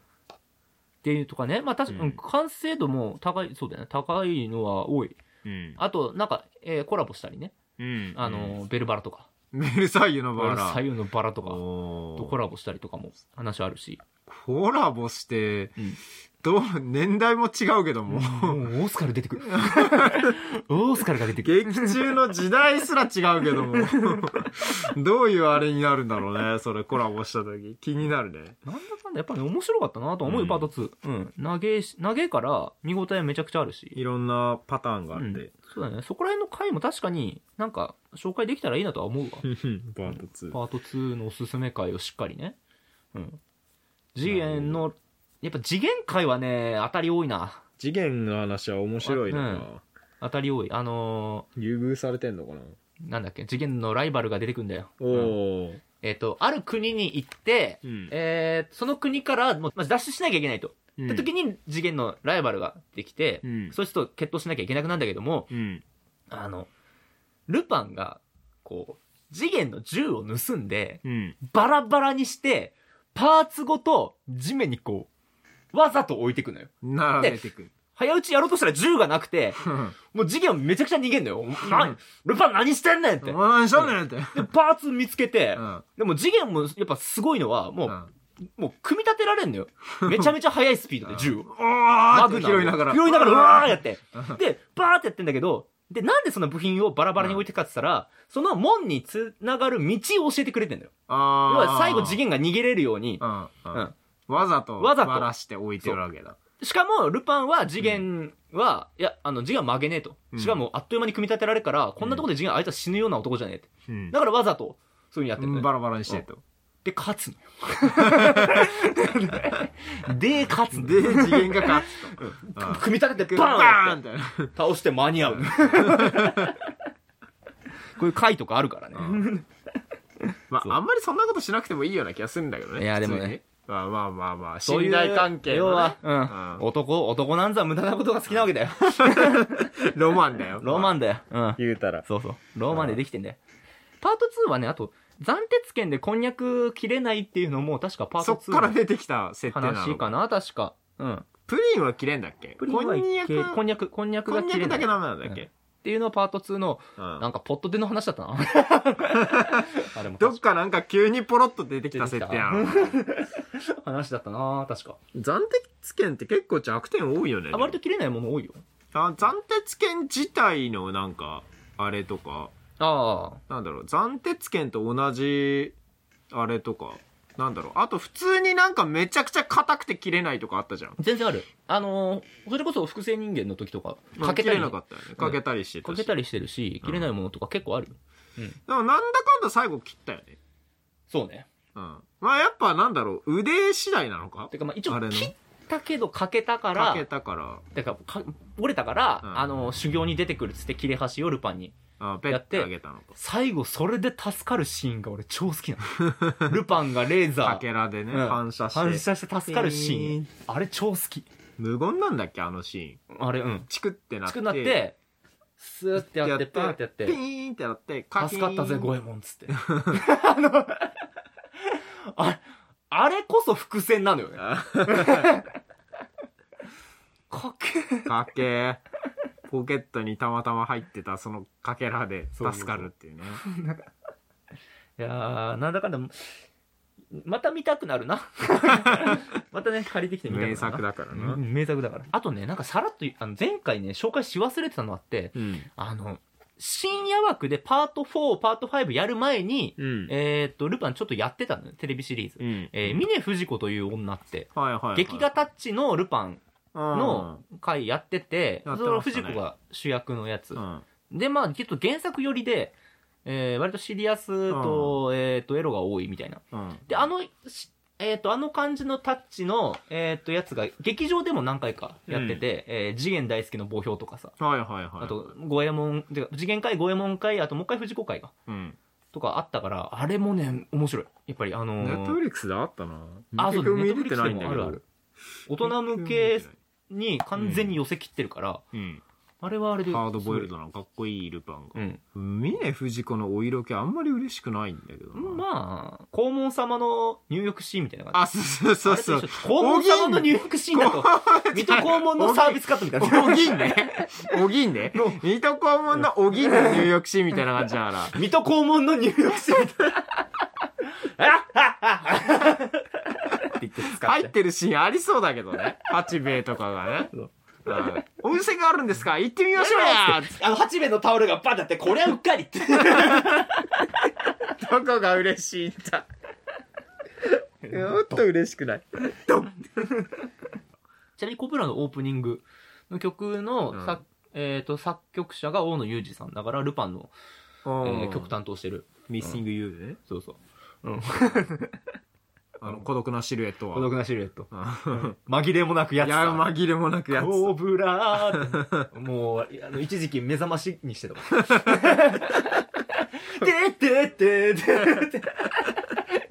Speaker 1: ていうとかね、まあ確か
Speaker 2: う
Speaker 1: に
Speaker 2: ん
Speaker 1: 完成度も高い、そうだよね、高いのは多い。
Speaker 2: うん。
Speaker 1: あと、なんか、えーコラボしたりね、
Speaker 2: うん
Speaker 1: あの、ベルバラとか、
Speaker 2: うんベルサイユのバラ。
Speaker 1: 左右のバラとか、
Speaker 2: お
Speaker 1: と
Speaker 2: ー
Speaker 1: コラボしたりとかも話あるし。
Speaker 2: コラボして
Speaker 1: うん、
Speaker 2: どう、年代も違うけども、
Speaker 1: もうオスカル出
Speaker 2: [laughs]
Speaker 1: てくる。オスカルが出てくる。
Speaker 2: 劇中の時代すら違うけども、どういうあれになるんだろうね、それコラボした時。気になるね。
Speaker 1: なんだかんだやっぱり面白かったなと思うよ、
Speaker 2: うん
Speaker 1: パート2。うん。投げし、投げから見応えめちゃくちゃあるし。
Speaker 2: いろんなパターンがあっ
Speaker 1: うん
Speaker 2: て。
Speaker 1: そうだね。そこら辺の回も確かになんか紹介できたらいいなとは思うわ。
Speaker 2: パート2。
Speaker 1: パート2のおすすめ回をしっかりね。うん。次元の、やっぱ次元回はね、当たり多いな。
Speaker 2: 次元の話は面白いな、
Speaker 1: 当たり多い。あの
Speaker 2: 優遇されてんのかな
Speaker 1: ー、なんだっけ、次元のライバルが出てくんだよ。
Speaker 2: お
Speaker 1: うん
Speaker 2: お、
Speaker 1: えっ、と、ある国に行って、
Speaker 2: うん
Speaker 1: えーその国からもうまず脱出しなきゃいけないと。
Speaker 2: う
Speaker 1: って時に次元のライバルができて、
Speaker 2: うん
Speaker 1: そいつと決闘しなきゃいけなくなるんだけども、
Speaker 2: うん
Speaker 1: あの、ルパンが、こう、次元の銃を盗んで、
Speaker 2: うん
Speaker 1: バラバラにして、パーツごと地面にこう、わざと置いていくのよ。
Speaker 2: 並べてくる。
Speaker 1: 早打ちやろうとしたら銃がなくて、もう次元はめちゃくちゃ逃げんのよ。な、ルパン何してんねんって。
Speaker 2: お
Speaker 1: で、
Speaker 2: 前何しとんねんって。
Speaker 1: パーツ見つけて、
Speaker 2: うん
Speaker 1: でも次元もやっぱすごいのは、もう、
Speaker 2: うん
Speaker 1: もう組み立てられんの
Speaker 2: [laughs]
Speaker 1: よ。めちゃめちゃ速いスピードで銃を。
Speaker 2: おー
Speaker 1: マ
Speaker 2: っ
Speaker 1: グ
Speaker 2: て
Speaker 1: ナム
Speaker 2: 拾いながら。
Speaker 1: 拾いながら、うわーやって
Speaker 2: う。
Speaker 1: で、バーってやってんだけど、で、なんでその部品をバラバラに置いてるかって言ったら、その門につながる道を教えてくれてんだよ。要
Speaker 2: あ
Speaker 1: は
Speaker 2: ー
Speaker 1: 最後次元が逃げれるように
Speaker 2: う。んうん
Speaker 1: うん
Speaker 2: わざと
Speaker 1: わ
Speaker 2: わ
Speaker 1: ざ
Speaker 2: ざ
Speaker 1: と
Speaker 2: とバラして置いてるわけだ。
Speaker 1: しかも、ルパンは次元は、いや、あの、次元は曲げねえと。
Speaker 2: うん
Speaker 1: しかも、あっという間に組み立てられるから、こんなところで次元あいつは死ぬような男じゃねえって。
Speaker 2: うん
Speaker 1: だからわざと、そういうふうにやってる
Speaker 2: バ
Speaker 1: ね。
Speaker 2: ラバラにしてと。
Speaker 1: で、勝つのよ。 [laughs] で、勝つの
Speaker 2: で、次元が勝つと。うん
Speaker 1: 組み立てて、バーン
Speaker 2: バーン
Speaker 1: って
Speaker 2: みたいな。
Speaker 1: 倒して間に合う。 [laughs] こういう回とかあるからね。
Speaker 2: ま
Speaker 1: そう
Speaker 2: あ、あんまりそんなことしなくてもいいような気がするんだけどね。
Speaker 1: いやでもね
Speaker 2: 普通に。まあまあまあまあ、
Speaker 1: そういう
Speaker 2: 信頼関係
Speaker 1: 要
Speaker 2: のね
Speaker 1: は、うん
Speaker 2: うん
Speaker 1: 男、男なんざ無駄なことが好きなわけだよ。
Speaker 2: ロマンだよ。
Speaker 1: ロマ
Speaker 2: ン。
Speaker 1: ンだよ。うん。
Speaker 2: 言うたら。
Speaker 1: そうそう。ローマンでできてんだよ。パート2はね、あと、斬鉄剣でこんにゃく切れないっていうのも、確かパー
Speaker 2: そ
Speaker 1: ト
Speaker 2: っから
Speaker 1: 2
Speaker 2: 出てきた設定
Speaker 1: の
Speaker 2: な
Speaker 1: 話
Speaker 2: の
Speaker 1: か
Speaker 2: か。
Speaker 1: な、確か。うん。
Speaker 2: プリンは切れんだっけ
Speaker 1: プリンは
Speaker 2: こんにゃ
Speaker 1: いけ
Speaker 2: く。
Speaker 1: こんにゃく、こんにゃく
Speaker 2: こ
Speaker 1: が
Speaker 2: んに
Speaker 1: 切
Speaker 2: ゃ
Speaker 1: れ
Speaker 2: く
Speaker 1: な
Speaker 2: だ
Speaker 1: い。っ
Speaker 2: けダメなんだっけ
Speaker 1: ていうのはパート2の、
Speaker 2: うん
Speaker 1: なんかポットでの話だった
Speaker 2: [laughs]
Speaker 1: な。あれも
Speaker 2: どっかなんか急にポロッと出てきた設定なの。
Speaker 1: 話だったな、確か。
Speaker 2: 暫鉄剣って結構弱点多いよね。
Speaker 1: あ、割と切れないもの多いよ。
Speaker 2: あ暫鉄剣自体のなんか、あれとか、
Speaker 1: ああ。
Speaker 2: なんだろう、暫鉄剣と同じ、あれとか、なんだろう、あと普通になんかめちゃくちゃ硬くて切れないとかあったじゃん。
Speaker 1: 全然ある。あのーそれこそ複製人間の時とか、
Speaker 2: まあ
Speaker 1: かけたり、
Speaker 2: 切れな
Speaker 1: か
Speaker 2: かったよね。かけたりしてたし。
Speaker 1: けたりしてるし、
Speaker 2: うん
Speaker 1: 切れないものとか結構あるよ。
Speaker 2: でもなんだかんだ最後切ったよね。
Speaker 1: そうね。
Speaker 2: うん。まあやっぱなんだろう、腕次第なのか
Speaker 1: てか、まあ一応
Speaker 2: あれの
Speaker 1: 切ったけど欠けたか
Speaker 3: からけたから
Speaker 1: だからか折れたから、
Speaker 3: うん
Speaker 1: あの修行に出てくるっつって切れ端をルパンに
Speaker 3: あペ
Speaker 1: や
Speaker 3: ッ
Speaker 1: って
Speaker 3: てあげたのか
Speaker 1: 最後それで助かるシーンが俺超好きな
Speaker 3: [laughs]
Speaker 1: のルパンがレ
Speaker 3: か
Speaker 1: ーザ
Speaker 3: け
Speaker 1: ー
Speaker 3: らでね、
Speaker 1: うん
Speaker 3: 反射して
Speaker 1: 反射して助かるシーン、あれ超好き
Speaker 3: 無言なんだっけあのシーン
Speaker 1: あれうん
Speaker 3: チクってなって
Speaker 1: チクになってスーってやってパーってやって
Speaker 3: ピーンってなってカキ
Speaker 1: 助
Speaker 3: ーン
Speaker 1: かったぜ五右衛門っつってあのああれこそ伏線な
Speaker 3: [laughs]
Speaker 1: のよね
Speaker 3: あ
Speaker 1: かけ
Speaker 3: かけポケットにたまたま入ってたそのかけらで
Speaker 1: そうそうそう
Speaker 3: 助かるっていうね
Speaker 1: いやーなんだかんだまた見たくなるな
Speaker 3: [laughs]
Speaker 1: またね借りてきて見たくなる
Speaker 3: 名
Speaker 1: な
Speaker 3: 作だからな、
Speaker 1: うん名作だからあとねなんかさらっとあの前回ね紹介し忘れてたのあって
Speaker 3: うん
Speaker 1: あの深夜枠でパート4パート5やる前に、
Speaker 3: うん
Speaker 1: えーっとルパンちょっとやってたのよテレビシリーズ、
Speaker 3: うん
Speaker 1: えー、峰不二子という女って、
Speaker 3: はいはいはい、
Speaker 1: 劇画タッチのルパンの回やってて、
Speaker 3: うん
Speaker 1: それは藤子が主役のやつ、
Speaker 3: うん、うん
Speaker 1: でまあきっと原作寄りで、えー割とシリアスと,、えーっとエロが多いみたいな
Speaker 3: うん、
Speaker 1: であのしえー、とあの感じのタッチの、えー、とやつが劇場でも何回かやってて、えー次元大好きの墓標とかさ、
Speaker 3: はいはいはい
Speaker 1: あと五右衛門てか次元会五右衛門会あともう一回藤子会が
Speaker 3: うん
Speaker 1: とかあったからあれもね面白いやっぱりあの
Speaker 3: ネ
Speaker 1: ー
Speaker 3: ットフリックスであったな
Speaker 1: あそう
Speaker 3: 見れてないんだけど
Speaker 1: ネットフリックスでもあるある大人向けに完全に寄せ切ってるから、
Speaker 3: うん
Speaker 1: あれはあれで
Speaker 3: ハードボイルドなかっこいいルパン
Speaker 1: う
Speaker 3: が
Speaker 1: ん、
Speaker 3: 峰藤子のお色気あんまり嬉しくないんだけどな
Speaker 1: まあ黄門様の入浴シーンみたいな感じ
Speaker 3: あそうそうそうそう
Speaker 1: あれと一緒黄門様の入浴シーンだと水戸黄門のサービスカットみたいな
Speaker 3: [laughs] おぎんね。おぎんね。水戸黄門のおぎんの入浴シーンみたいな感じだから。
Speaker 1: 水戸黄門の入浴シーンみたいな。あっはっはっはって言って使っ
Speaker 3: 入
Speaker 1: ち
Speaker 3: っ
Speaker 1: ゃう
Speaker 3: てるシーンありそうだけどね。八兵衛とかがね
Speaker 1: そう。
Speaker 3: うんお店があるんですか行ってみましょうや
Speaker 1: あの、八兵衛のタオルがバンだって、これはうっかりって。
Speaker 3: どこが嬉しいんだもっと嬉しくない。
Speaker 1: ちなみにコブラのオープニングの曲の
Speaker 3: うん
Speaker 1: 作、えっ、と、作曲者が大野裕二さんだから、ルパンの、えー曲担当してる。
Speaker 3: ミッシングユーね。
Speaker 1: そうそう。うん。
Speaker 3: あの、孤独なシルエットは。
Speaker 1: 孤独なシルエット。
Speaker 3: うん
Speaker 1: 紛れもなくや
Speaker 3: い
Speaker 1: つ
Speaker 3: や、
Speaker 1: さ。
Speaker 3: 紛れもなくやつ。
Speaker 1: コブラーってもう、あの、一時期目覚ましにしてたもん。てってってってって。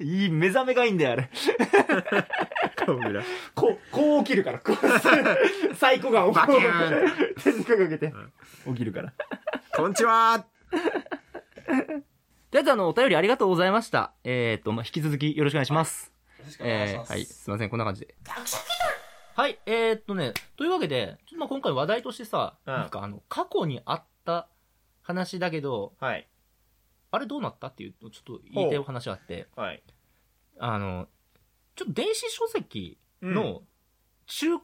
Speaker 1: いい、目覚めがいいんだよ、あれ。
Speaker 3: コブラ。
Speaker 1: こう、こう起きるから、 [laughs] こう、サイコガンをこ
Speaker 3: バキュー
Speaker 1: う、手にかけて、起きるから。
Speaker 3: こんにちは
Speaker 1: とりあえずあの、お便りありがとうございました。えっ、と、まあ、引き続きよろしくお願いします。えーはい、すいません、こんな感じで。はい、えー、っとね、というわけで、ちょっとまあ今回話題としてさ、
Speaker 2: うん
Speaker 1: なんかあの、過去にあった話だけど、
Speaker 2: はい
Speaker 1: あれどうなったっていうのちょっと言いたいお話があって、
Speaker 2: はい
Speaker 1: あの、ちょっと電子書籍
Speaker 2: うん
Speaker 1: の中古、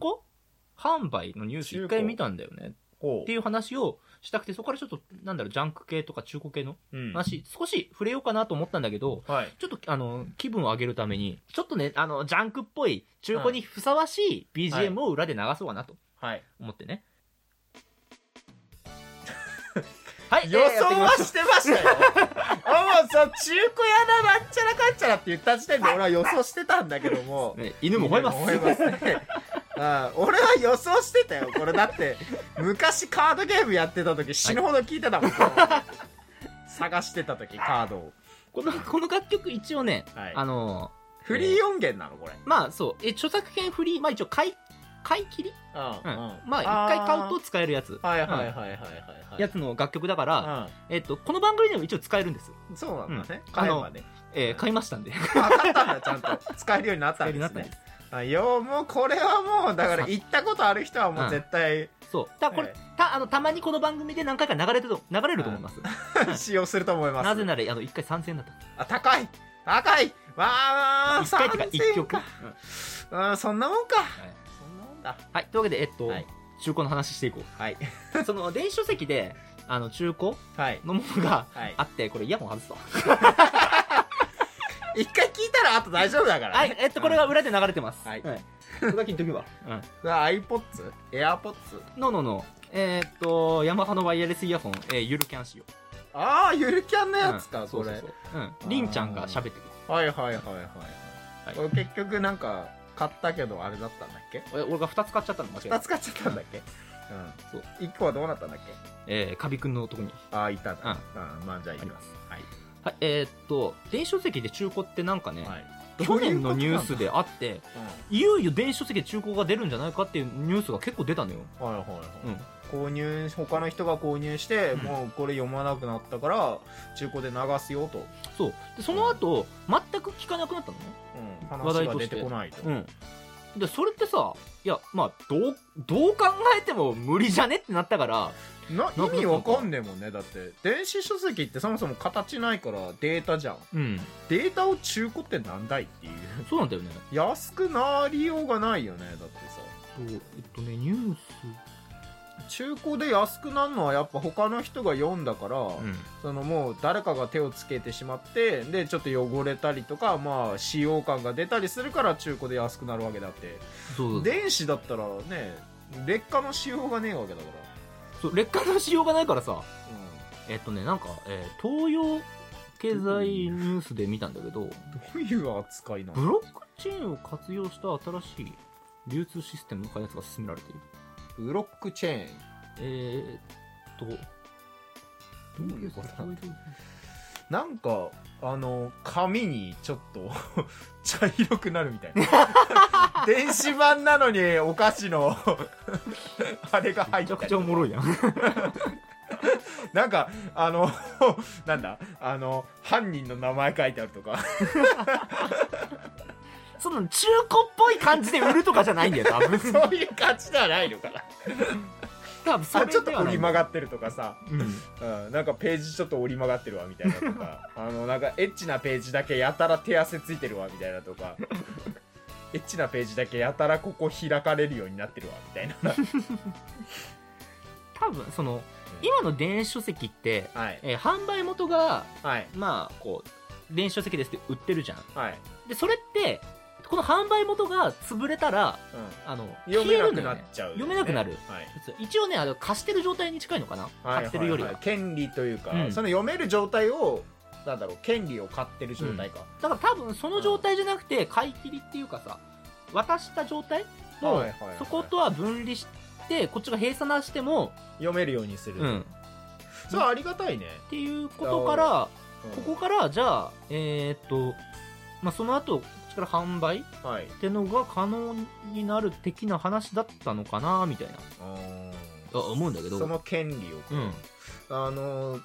Speaker 1: 販売のニュース
Speaker 2: 中古
Speaker 1: 一回見たんだよね
Speaker 2: ほ
Speaker 1: っていう話をしたくて、そこからちょっと、なんだろう、ジャンク系とか中古系の
Speaker 2: ううん
Speaker 1: 話、少し触れようかなと思ったんだけど、
Speaker 2: はい
Speaker 1: ちょっと、あの、気分を上げるために、ちょっとね、あの、ジャンクっぽい、中古にふさわしい BGM を裏で流そうかなと
Speaker 2: はい
Speaker 1: 思ってね。 [laughs] はい、
Speaker 2: 予想は
Speaker 1: し
Speaker 2: してましたよあもうそう中古屋だなんちゃらかんちゃらって言った時点で俺は予想してたんだけども
Speaker 1: ね、犬も吠えます。
Speaker 2: 思います [laughs] ねああ俺は予想してたよこれだって昔カードゲームやってた時死ぬほど聞い
Speaker 1: [laughs]
Speaker 2: てたもん、探してた時カードを、
Speaker 1: この、 [laughs] この楽曲一応ね、
Speaker 2: はい
Speaker 1: あの、
Speaker 2: フリー音源なのこれ
Speaker 1: まあそう、え、著作権フリー、まあ一応買い、買い切り、
Speaker 2: うんうん
Speaker 1: うん、まあ一回買うと使えるやつ。
Speaker 2: あーはいはいはい
Speaker 1: うん
Speaker 2: はいはいはい
Speaker 1: やつの楽曲だから、
Speaker 2: あ
Speaker 1: えっと、この番組でも一応使えるんです。
Speaker 2: うんそうなんだね、
Speaker 1: うん
Speaker 2: 買えばね
Speaker 1: えー買いましたんで。
Speaker 2: あ買ったんだちゃんと使えるようになったん
Speaker 1: 使え
Speaker 2: です
Speaker 1: るようになったん
Speaker 2: ね
Speaker 1: で
Speaker 2: あいやもうこれはもうだから
Speaker 1: さ
Speaker 2: 行ったことある人はもう絶対 [laughs]
Speaker 1: そう。だからこれ、
Speaker 2: え
Speaker 1: た、あの、たまにこの番組で何回か流れてると、流れると思います。
Speaker 2: 使用すると思います
Speaker 1: なぜなら、あの、1回3000円だった。
Speaker 2: あ高い高いわあ
Speaker 1: 1回ってか1曲。
Speaker 2: うん、そんなもんか。
Speaker 1: い
Speaker 2: そんなもんだ。
Speaker 1: はい。というわけで、えっと、
Speaker 2: はい
Speaker 1: 中古の話していこ
Speaker 2: はい。 [laughs]
Speaker 1: う。その、電子書籍で、あの、中古
Speaker 2: はい。
Speaker 1: のものが
Speaker 2: はい
Speaker 1: あって、これイヤホン外すわ。
Speaker 2: 一回聞いたら、あと大丈夫だから、
Speaker 1: は
Speaker 2: ね。
Speaker 1: い。えっと、これが裏で流れてます。
Speaker 2: はい
Speaker 1: はい。これだけ言っとけば。うん。
Speaker 2: うわ。iPods? AirPods?
Speaker 1: ののの、えーっと、ヤマハのワイヤレスイヤホン、えーゆるキャン仕様。
Speaker 2: ああ、ゆるキャンのやつか、
Speaker 1: うん
Speaker 2: それ
Speaker 1: うそうそう。うん。りんちゃんが喋ってくる。
Speaker 2: はいはいはいはい。
Speaker 1: はい
Speaker 2: これ結局なんか、買ったけどあれだったんだっけ
Speaker 1: え俺が2つ買っちゃったの間違え
Speaker 2: 2
Speaker 1: た
Speaker 2: つ買っちゃったんだっけ
Speaker 1: そう
Speaker 2: うん1個はどうなったんだっけ
Speaker 1: えー、カビくんのとこに
Speaker 2: ああいたんだあまあじゃあいきますはい
Speaker 1: はいえーっと電子書籍で中古ってなんかね、
Speaker 2: はい
Speaker 1: 去年のニュースであっていよいよ電子書籍で中古が出るんじゃないかっていうニュースが結構出たのよ、
Speaker 2: はいはいはい
Speaker 1: うん、
Speaker 2: 購入他の人が購入して、
Speaker 1: うん
Speaker 2: もうこれ読まなくなったから中古で流すよと、
Speaker 1: そうでその後全く聞かなくなったのね話
Speaker 2: 話
Speaker 1: 題
Speaker 2: が
Speaker 1: と
Speaker 2: 出
Speaker 1: して
Speaker 2: てこないと
Speaker 1: うん、でそれってさいやまあどうどう考えても無理じゃねってなったから
Speaker 2: な意味わかんねえもんねだって電子書籍ってそもそも形ないからデータじゃん
Speaker 1: うん
Speaker 2: データを中古ってなんだいっていう
Speaker 1: そうなんだよね
Speaker 2: 安くなりようがないよねだってさ
Speaker 1: そうえっとねニュース
Speaker 2: 中古で安くなるのはやっぱ他の人が読んだから、
Speaker 1: うん
Speaker 2: そのもう誰かが手をつけてしまってでちょっと汚れたりとかまあ使用感が出たりするから中古で安くなるわけだって
Speaker 1: そう
Speaker 2: 電子だったらね劣化のしようがねえわけだか
Speaker 1: そう劣化のしようがないからさ
Speaker 2: ら、
Speaker 1: えっとねなんか、えー東洋経済ニュースで見たんだけど
Speaker 2: どういう扱いな
Speaker 1: ブ
Speaker 2: の
Speaker 1: ロックチェーンを活用した新しい流通システムの開発が進められている
Speaker 2: ブロックチェーン
Speaker 1: えー、っと
Speaker 2: どういうことなんだなんかあの紙にちょっと [laughs] 茶色くなるみたいな電子版なのにお菓子のあれが入
Speaker 1: め
Speaker 2: っ
Speaker 1: ちゃ
Speaker 2: た
Speaker 1: く
Speaker 2: り
Speaker 1: ちゃおもろいやん
Speaker 2: なんかあの [laughs] なんだあの犯人の名前書いてあるとか
Speaker 1: [laughs] その中古っぽい感じで売るとかじゃないんだよ多分 [laughs]
Speaker 2: そういう感じではないのかな
Speaker 1: 多分そ
Speaker 2: [laughs] あ
Speaker 1: れ
Speaker 2: ちょっと
Speaker 1: では
Speaker 2: 折
Speaker 1: ない
Speaker 2: り
Speaker 1: んだ
Speaker 2: 曲
Speaker 1: よ
Speaker 2: がってるとかさ
Speaker 1: うん
Speaker 2: うん、なんかページちょっと折り曲がってるわみたいなとかあのなんかエッチなページだけやたら手汗ついてるわみたいな
Speaker 1: [laughs]
Speaker 2: とかエッチなページだけやたらここ開かれるようになってるわみたいな
Speaker 1: [laughs] 多分その今の電子書籍って、
Speaker 2: はい
Speaker 1: えー販売元が
Speaker 2: はい
Speaker 1: まあこう電子書籍ですって売ってるじゃん
Speaker 2: はい、
Speaker 1: でそれってこの販売元が潰れたら
Speaker 2: う
Speaker 1: あの
Speaker 2: ん、読めなく
Speaker 1: の
Speaker 2: な
Speaker 1: よ
Speaker 2: っ
Speaker 1: ね
Speaker 2: ちゃう、
Speaker 1: 消えるのよね読めなくなる
Speaker 2: はい
Speaker 1: 一応ねあの貸してる状態に近いのかな、
Speaker 2: はい
Speaker 1: 買ってるよりは,、
Speaker 2: はいはい権利というか、
Speaker 1: うん
Speaker 2: その読める状態をなんだろう権利を買ってる状態か、
Speaker 1: だから多分その状態じゃなくて買い切りっていうかさ渡した状態の、
Speaker 2: はいはいはい
Speaker 1: そことは分離してこっちが閉鎖なしても、
Speaker 2: 読めるようにする、
Speaker 1: うん、っ
Speaker 2: それはありがたいね、
Speaker 1: ていうことからここからじゃあえーっと、まあ、その後こっちから販売っ
Speaker 2: こはい
Speaker 1: てのが可能になる的な話だったのかなみたいなあ思うんだけど
Speaker 2: その権利を
Speaker 1: うん
Speaker 2: あの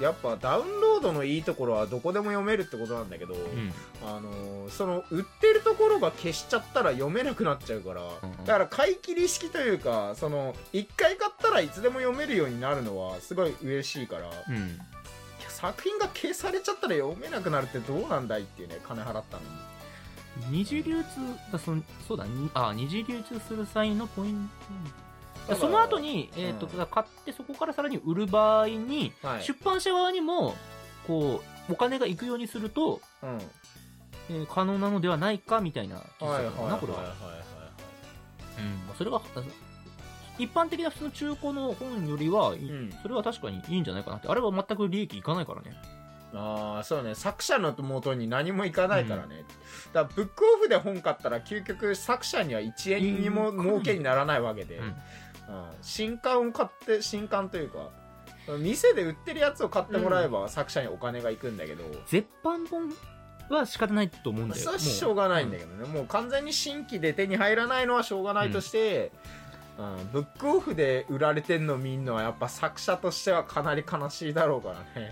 Speaker 2: やっぱダウンロードのいいところはどこでも読めるってことなんだけど、
Speaker 1: うん
Speaker 2: あのその売ってるところが消しちゃったら読めなくなっちゃうから、
Speaker 1: うんうん
Speaker 2: だから買い切り式というかその1回買ったらいつでも読めるようになるのはすごい嬉しいから、
Speaker 1: うん
Speaker 2: 作品が消されちゃったら読めなくなるってどうなんだいっていうね金払ったのに
Speaker 1: 二次流通だそのそうだにあ二次流通する際のポイント
Speaker 2: だから
Speaker 1: だその後に、えーと
Speaker 2: うん
Speaker 1: 買ってそこからさらに売る場合に、
Speaker 2: はい
Speaker 1: 出版社側にもこうお金が行くようにすると、
Speaker 2: うん
Speaker 1: えー可能なのではないかみたいな記事だ
Speaker 2: はいは
Speaker 1: っ
Speaker 2: い
Speaker 1: た
Speaker 2: は
Speaker 1: か
Speaker 2: い
Speaker 1: な、
Speaker 2: はい
Speaker 1: これは、
Speaker 2: は
Speaker 1: うんまあ、それがだ一般的な普通の中古の本よりは、い
Speaker 2: いうん
Speaker 1: それは確かにいいんじゃないかなってあれは全く利益いかないからね
Speaker 2: ああそうね作者の元に何もいかないからね、だからブックオフで本買ったら究極作者には1円にも儲けにならないわけで、
Speaker 1: うん
Speaker 2: うん新刊を買って新刊というか店で売ってるやつを買ってもらえば作者にお金がいくんだけど、
Speaker 1: 絶版本は仕方ないと思うんだよ
Speaker 2: それはしょうがないんだけどね、もう完全に新規で手に入らないのはしょうがないとして、うんブックオフで売られてんの見んのはやっぱ作者としてはかなり悲しいだろうからね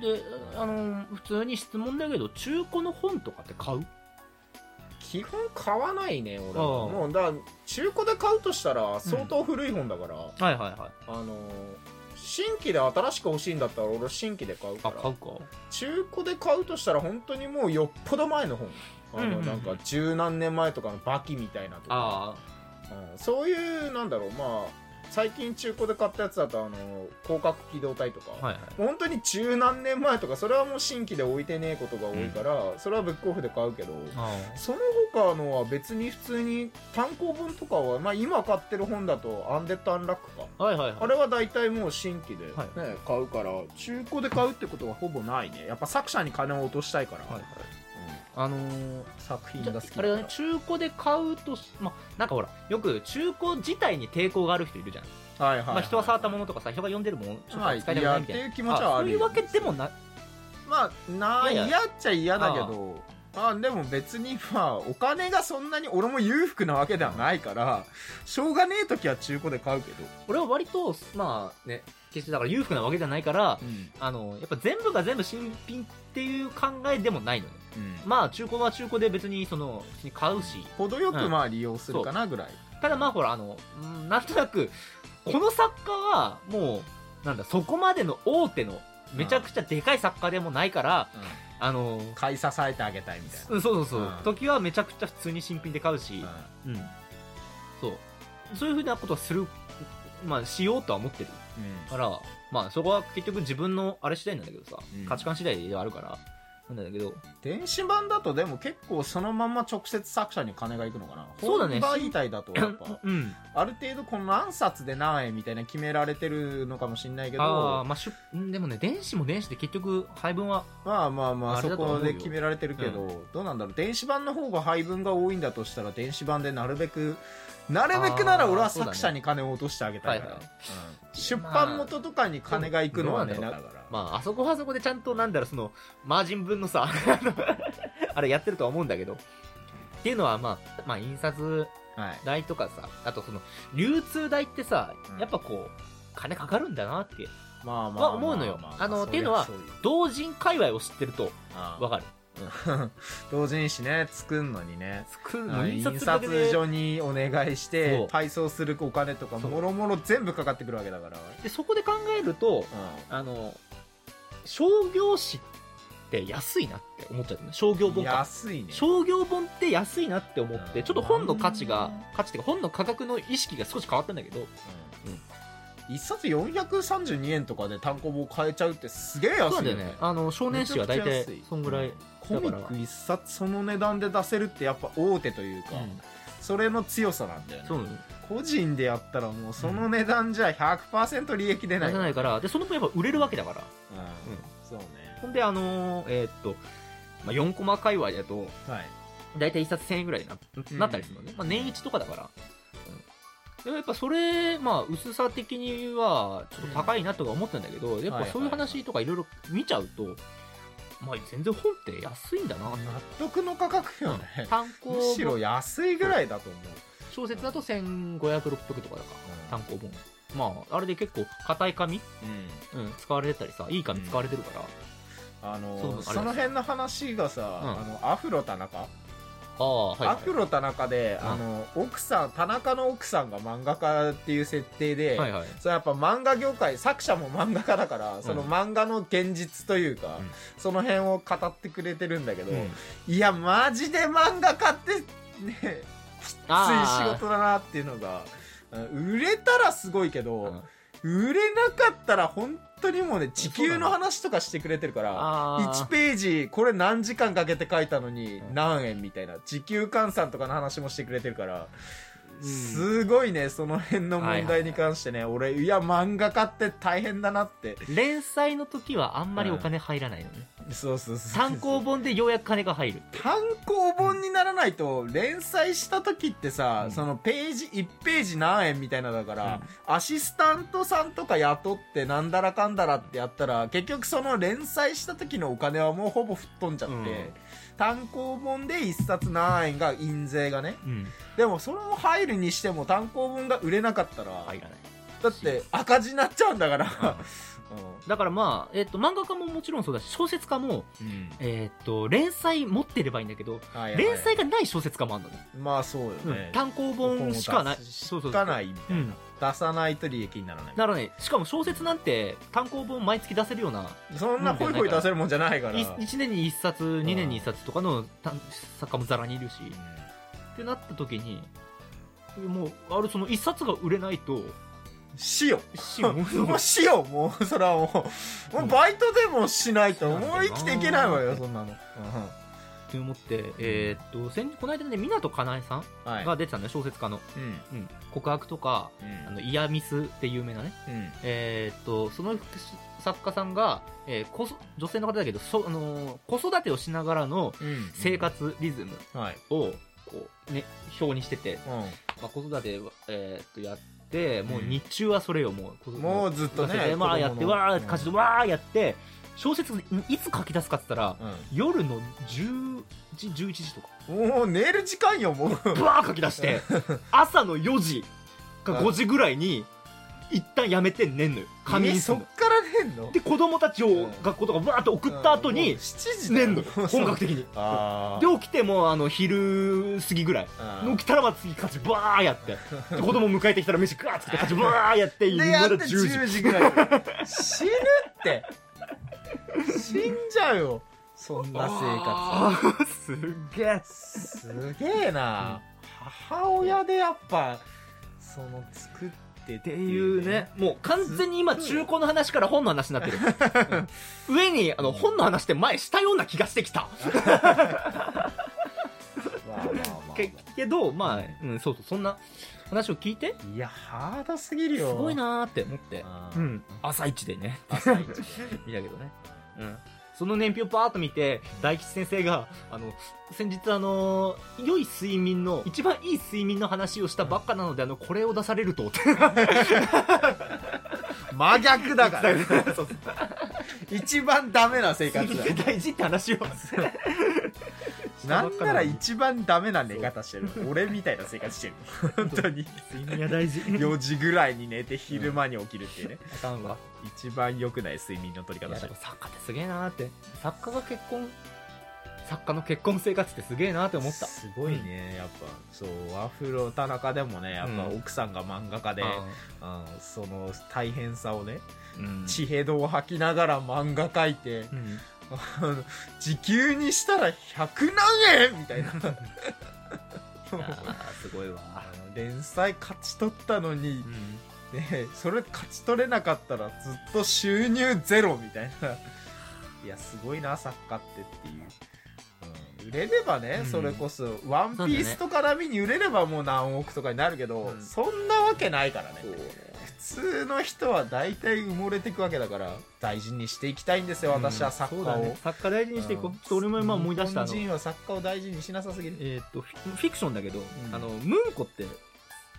Speaker 1: であの普通に質問だけど中古の本とかって買う
Speaker 2: 基本買わないね俺は
Speaker 1: ああ
Speaker 2: もうだから中古で買うとしたら相当古い本だから、
Speaker 1: はいはいはい
Speaker 2: あのー新規で新しく欲しいんだったら俺新規で買うか
Speaker 1: あ
Speaker 2: ら
Speaker 1: 買うか
Speaker 2: 中古で買うとしたら本当にもうよっぽど前の本あ
Speaker 1: うん
Speaker 2: の
Speaker 1: うんうん
Speaker 2: なんか十何年前とかのバキみたいなとか、
Speaker 1: あ
Speaker 2: うんそういうなんだろうまあ最近中古で買ったやつだとあのー広角機動隊とか、
Speaker 1: あはいはい
Speaker 2: 本当に十何年前とかそれはもう新規で置いてねえことが多いから、それはブックオフで買うけど、
Speaker 1: あ
Speaker 2: その他のは別に普通に単行本とかは、まあ、今買ってる本だと「アンデッド・アンラックか」
Speaker 1: あはいはいはい
Speaker 2: あれは大体もう新規で、ね
Speaker 1: はい
Speaker 2: 買うから中古で買うってことはほぼないねやっぱ作者に金を落としたいから、
Speaker 1: はいはい
Speaker 2: うん
Speaker 1: あのー
Speaker 2: 作品
Speaker 1: じゃ
Speaker 2: が好き
Speaker 1: あれだね中古で買うとしまあなんかほらよく中古自体に抵抗がある人いるじゃん、
Speaker 2: はいはい、
Speaker 1: まあ、人は触ったものとかさ人が読んでるものちょっと使いたく
Speaker 2: ま
Speaker 1: な
Speaker 2: あ
Speaker 1: いみたいな、
Speaker 2: 嫌っていう気持ちはあるよ
Speaker 1: そういうわけでもな
Speaker 2: まあない
Speaker 1: や
Speaker 2: い
Speaker 1: い
Speaker 2: 嫌っちゃ嫌だけどまあでも別にまあお金がそんなに俺も裕福なわけではないからしょうがねえ時は中古で買うけど、
Speaker 1: 俺は割とまあね決してだから裕福なわけじゃないからあのやっぱ全部が全部新品っていう考えでもないのねまあ中古は中古で別にその普通に買うし
Speaker 2: 程よ
Speaker 1: う
Speaker 2: く
Speaker 1: ん
Speaker 2: まあ利用するかなぐらい、
Speaker 1: ただまあほらあのうんなんとなくこの作家はもうなんだそこまでの大手のめちゃくちゃでかい作家でもないから、あの
Speaker 2: 買い支えてあげたいみたいな
Speaker 1: うん、そうそうそう、
Speaker 2: うん
Speaker 1: 時はめちゃくちゃ普通に新品で買うし、うんそうそういうふうなことはするまあしようとは思ってるからまあそこは結局自分のあれ次第なんだけどさ、
Speaker 2: うん
Speaker 1: 価値観次第ではあるからなんだけど
Speaker 2: 電子版だとでも結構そのまま直接作者に金がいくのかな
Speaker 1: そうだね
Speaker 2: 本媒体だとやっぱ
Speaker 1: うん
Speaker 2: ある程度この何冊で何円みたいな決められてるのかもしれないけど
Speaker 1: ああまあしゅうんでもね電子も電子で結局配分は
Speaker 2: まあまあまあ
Speaker 1: あれ
Speaker 2: そ
Speaker 1: だと思う
Speaker 2: こ
Speaker 1: よ
Speaker 2: で決められてるけど、どうなんだろう電子版の方が配分が多いんだとしたら電子版でなるべくなるべくなら俺は作者に金を落としてあげたいから、
Speaker 1: あーそう
Speaker 2: うん出版元とかに金が行くのはね
Speaker 1: まあ
Speaker 2: な
Speaker 1: まああそこはそこでちゃんとなんだろうそのマージン分のさあの [laughs] あれやってるとは思うんだけどっていうのはまあまあ印刷
Speaker 2: はい
Speaker 1: 代とかさあとその流通代ってさ、
Speaker 2: うん
Speaker 1: やっぱこう金かかるんだなって
Speaker 2: まあまあまあ
Speaker 1: は思うのよあのっていうのは同人界隈を知ってるとわ
Speaker 2: 分
Speaker 1: かる
Speaker 2: [laughs] 同人誌ね作んのにね
Speaker 1: 作る
Speaker 2: はい
Speaker 1: 印刷
Speaker 2: 印
Speaker 1: だけ
Speaker 2: 刷
Speaker 1: で
Speaker 2: 所にお願いし
Speaker 1: そ
Speaker 2: て
Speaker 1: う
Speaker 2: 配送するお金とか
Speaker 1: そう
Speaker 2: もろもろ全部かかってくるわけだから、
Speaker 1: でそこで考えるとあの商業誌って安いなって思っちゃったね商業
Speaker 2: うん、
Speaker 1: 本化
Speaker 2: 安いね
Speaker 1: 商業本って安いなって思っ
Speaker 2: う
Speaker 1: て
Speaker 2: ん
Speaker 1: ちょっと本の価値が
Speaker 2: うん
Speaker 1: 価値っていうか本の価格の意識が少し変わったんだけど
Speaker 2: 一冊432円とかで単行本買えちゃうってすげえ
Speaker 1: そうなん
Speaker 2: 安い
Speaker 1: だ
Speaker 2: よ
Speaker 1: よ
Speaker 2: ね
Speaker 1: ねあの少年誌は大
Speaker 2: めちゃ
Speaker 1: 体
Speaker 2: くちゃ安い
Speaker 1: そんぐらい、
Speaker 2: コミック一冊その値段で出せるってやっぱ大手というか、それの強さなんだよね
Speaker 1: そうなの
Speaker 2: 個人でやったらもうその値段じゃ100%利益出ない
Speaker 1: じゃないからでその分やっぱ売れるわけだから
Speaker 2: うんそうね
Speaker 1: ほんで、あのーえーっと、まあ、4コマ界隈だと、
Speaker 2: はい
Speaker 1: だいたい1冊1000円ぐらいにな
Speaker 2: うん
Speaker 1: なったりするのね。まあ、年一とかだから。うんでもやっぱそれ、まあ、薄さ的には、ちょっと高いなとか思ったんだけど、やっぱそういう話とかいろいろ見ちゃうと、まあ、全然本って安いんだな。
Speaker 2: 納得の価格よね
Speaker 1: 単
Speaker 2: む
Speaker 1: 行
Speaker 2: しろ
Speaker 1: 本、
Speaker 2: 安いぐらいだと思う
Speaker 1: 小説だと1500、600とかだから、単行本。まあ、あれで結構、硬い紙、
Speaker 2: うん
Speaker 1: うん、使われてたりさ、いい紙使われてるから、そう
Speaker 2: あ
Speaker 1: あ
Speaker 2: の
Speaker 1: れ
Speaker 2: その辺の話がさ、あのアフロ田中
Speaker 1: ああ、はい、
Speaker 2: アフロ田中で、
Speaker 1: うん
Speaker 2: あの奥さん田中の奥さんが漫画家っていう設定で、
Speaker 1: はいはい。
Speaker 2: それやっぱ漫画業界作者も漫画家だから、その漫画の現実というか、
Speaker 1: うん
Speaker 2: その辺を語ってくれてるんだけど、
Speaker 1: うん
Speaker 2: いやマジで漫画家ってねきつい
Speaker 1: あー
Speaker 2: 仕事だなっていうのがうん売れたらすごいけ
Speaker 1: うん
Speaker 2: ど、売れなかったら本当にもうね地球の話とかしてくれてるから。
Speaker 1: あー
Speaker 2: 1ページこれ何時間かけて書いたのに
Speaker 1: うん
Speaker 2: 何円みたいな時給換算とかの話もしてくれてるか
Speaker 1: う
Speaker 2: ら、
Speaker 1: ん
Speaker 2: すごいねその辺の問題に関してね、俺いや漫画家って大変だなって
Speaker 1: 連載の時はあんまりお金入らないよね、
Speaker 2: そうそうそう
Speaker 1: 単行本でようやく金が入る
Speaker 2: 単行本にならないと連載した時ってさ、
Speaker 1: うん
Speaker 2: そのページ1ページ何円みたいなだから、
Speaker 1: うん
Speaker 2: アシスタントさんとか雇ってなんだらかんだらってやったら結局その連載した時のお金はもうほぼ吹っ飛んじゃって、
Speaker 1: うん
Speaker 2: 単行本で1冊何円が印税がね
Speaker 1: うん
Speaker 2: でもそれも入るにしても単行本が売れなかったら、
Speaker 1: 入らない
Speaker 2: だって赤字になっちゃうんだから、
Speaker 1: だからまあ、えっと漫画家ももちろんそうだし小説家も、
Speaker 2: [laughs] うん
Speaker 1: えっと連載持ってればいいんだけど
Speaker 2: はいはい
Speaker 1: 連載がない小説家もあるのね、
Speaker 2: まあそうよね、
Speaker 1: 単行本しかない
Speaker 2: 本を出す
Speaker 1: そうそう
Speaker 2: しかないみたいな、
Speaker 1: うん
Speaker 2: 出さないと利益にならない
Speaker 1: だからねしかも小説なんて単行本毎月出せるような
Speaker 2: そんなホイホイ出せるもんじゃないから。
Speaker 1: い1年に1冊2年に1冊とかの単作家もざらにいるし、ってなった時にもうあれその1冊が売れない
Speaker 2: [laughs]
Speaker 1: と
Speaker 2: しよ
Speaker 1: 死も
Speaker 2: う。もうしよう。もう、それはもう、もうバイトでもしないと、もう生きていけないわよ、そんなの。
Speaker 1: に思って、えーっと先この間ね湊かなえさん
Speaker 2: はい
Speaker 1: が出てたんだよ小説家の、
Speaker 2: うん
Speaker 1: うん、告白とか
Speaker 2: うん
Speaker 1: あのイヤミスって有名なね
Speaker 2: うん
Speaker 1: えーっとその作家さんが、えーこそ女性の方だけどそ、あのー子育てをしながらの
Speaker 2: うん
Speaker 1: 生活リズム
Speaker 2: はい
Speaker 1: をこう、ね、表にしてて、
Speaker 2: う
Speaker 1: まあ、子育て、えーっとやってもう日中はそれをもう、
Speaker 2: んもうずっ
Speaker 1: 子
Speaker 2: と
Speaker 1: 育て
Speaker 2: ね
Speaker 1: まあ、やってわーって歌詞でわーやって小説いつ書き出すかって言ったら、
Speaker 2: うん
Speaker 1: 夜の10時11時
Speaker 2: [laughs]
Speaker 1: とか
Speaker 2: もう寝る時間よもう
Speaker 1: ブワー書き出して朝の4時か5時ぐらいに一旦やめて寝んのよ仮眠すん
Speaker 2: そっ
Speaker 1: の
Speaker 2: から寝んの
Speaker 1: で子供たち
Speaker 2: う
Speaker 1: を
Speaker 2: ん
Speaker 1: 学校とかブワーって送った後
Speaker 2: うんもう
Speaker 1: に
Speaker 2: 7時だ
Speaker 1: 寝
Speaker 2: よ
Speaker 1: んのよ本格的
Speaker 2: [laughs]
Speaker 1: に
Speaker 2: あ
Speaker 1: で起きてもうあの昼過ぎぐらい
Speaker 2: あ
Speaker 1: 起きたらまた次家事バーやってで子供迎えてきたら飯ガーッつって家事バーやって
Speaker 2: で
Speaker 1: 夜
Speaker 2: やって
Speaker 1: 10時
Speaker 2: 10時ぐらい死ぬって死んじゃうよそんな生
Speaker 1: あーすげえ
Speaker 2: 活すげえな、母親でやっぱその作ってっ
Speaker 1: っていうね、もう完全に今中古の話から本の話になって [laughs] る。うん上に、あの、本の話って前したような気がしてきた。
Speaker 2: まあまあまあ
Speaker 1: けけど、まあ、うん、そうそう、そんな話を聞いて、
Speaker 2: いやハードすぎる
Speaker 1: す
Speaker 2: よ
Speaker 1: ごいなーって思って、
Speaker 2: う
Speaker 1: うんん、朝一で [laughs] ね、見たけどね。うん。その年表をパーッと見て、大吉先生が、あの、先日あのー良い睡眠の、一番いい睡眠の話をしたばっかなので、あの、これを出される [laughs] と、って。
Speaker 2: 真逆だから
Speaker 1: [laughs] そう
Speaker 2: [laughs] 一番ダメな生 [laughs] 活
Speaker 1: 睡
Speaker 2: だ
Speaker 1: 眠って大事って [laughs] 話を。
Speaker 2: なんなら一番ダメな寝方してる俺みたいな生活してる [laughs] 本当に
Speaker 1: 睡眠は大事。 [laughs]
Speaker 2: 4時ぐらいに寝て昼間に起きるっていうね、
Speaker 1: あかんわ。
Speaker 2: 一番良くない睡眠の取
Speaker 1: [laughs]
Speaker 2: り
Speaker 1: い
Speaker 2: 方
Speaker 1: や
Speaker 2: して
Speaker 1: で
Speaker 2: る
Speaker 1: も作家ってすげえなーって作家が結婚作家の結婚生活ってすげえなーって思った
Speaker 2: すごいねやっぱそうワッフル田中でもねやっぱ
Speaker 1: うん
Speaker 2: 奥さんが漫画家で、あーその大変さをね
Speaker 1: うん
Speaker 2: 地平道を吐きながら漫画描いて
Speaker 1: う、ん
Speaker 2: あの時給にしたら100何円みたいな
Speaker 1: いやーすごいわ
Speaker 2: [laughs] あの連載勝ち取ったのに
Speaker 1: う、ん
Speaker 2: ね、それ勝ち取れなかったらずっと収入ゼロみたいないやすごいな作家ってっていう、うん、売れればね、
Speaker 1: うん
Speaker 2: それこそ「ワン
Speaker 1: そ
Speaker 2: ピ
Speaker 1: うだね
Speaker 2: ースとか並みに売れればもう何億とかになるけど、
Speaker 1: うん
Speaker 2: そんなわけないからね
Speaker 1: そうね
Speaker 2: 普通の人は大体埋もれていくわけだから大事にしていきたいんですよ私は作家
Speaker 1: そうだ
Speaker 2: を、
Speaker 1: ね作家大事にしていこう
Speaker 2: うん
Speaker 1: ちょっと俺も今思い出したあ
Speaker 2: 日
Speaker 1: の
Speaker 2: 本人は作家を大事にしなさすぎる、
Speaker 1: えーっとフィフィクションだけど
Speaker 2: ん
Speaker 1: あのムンコって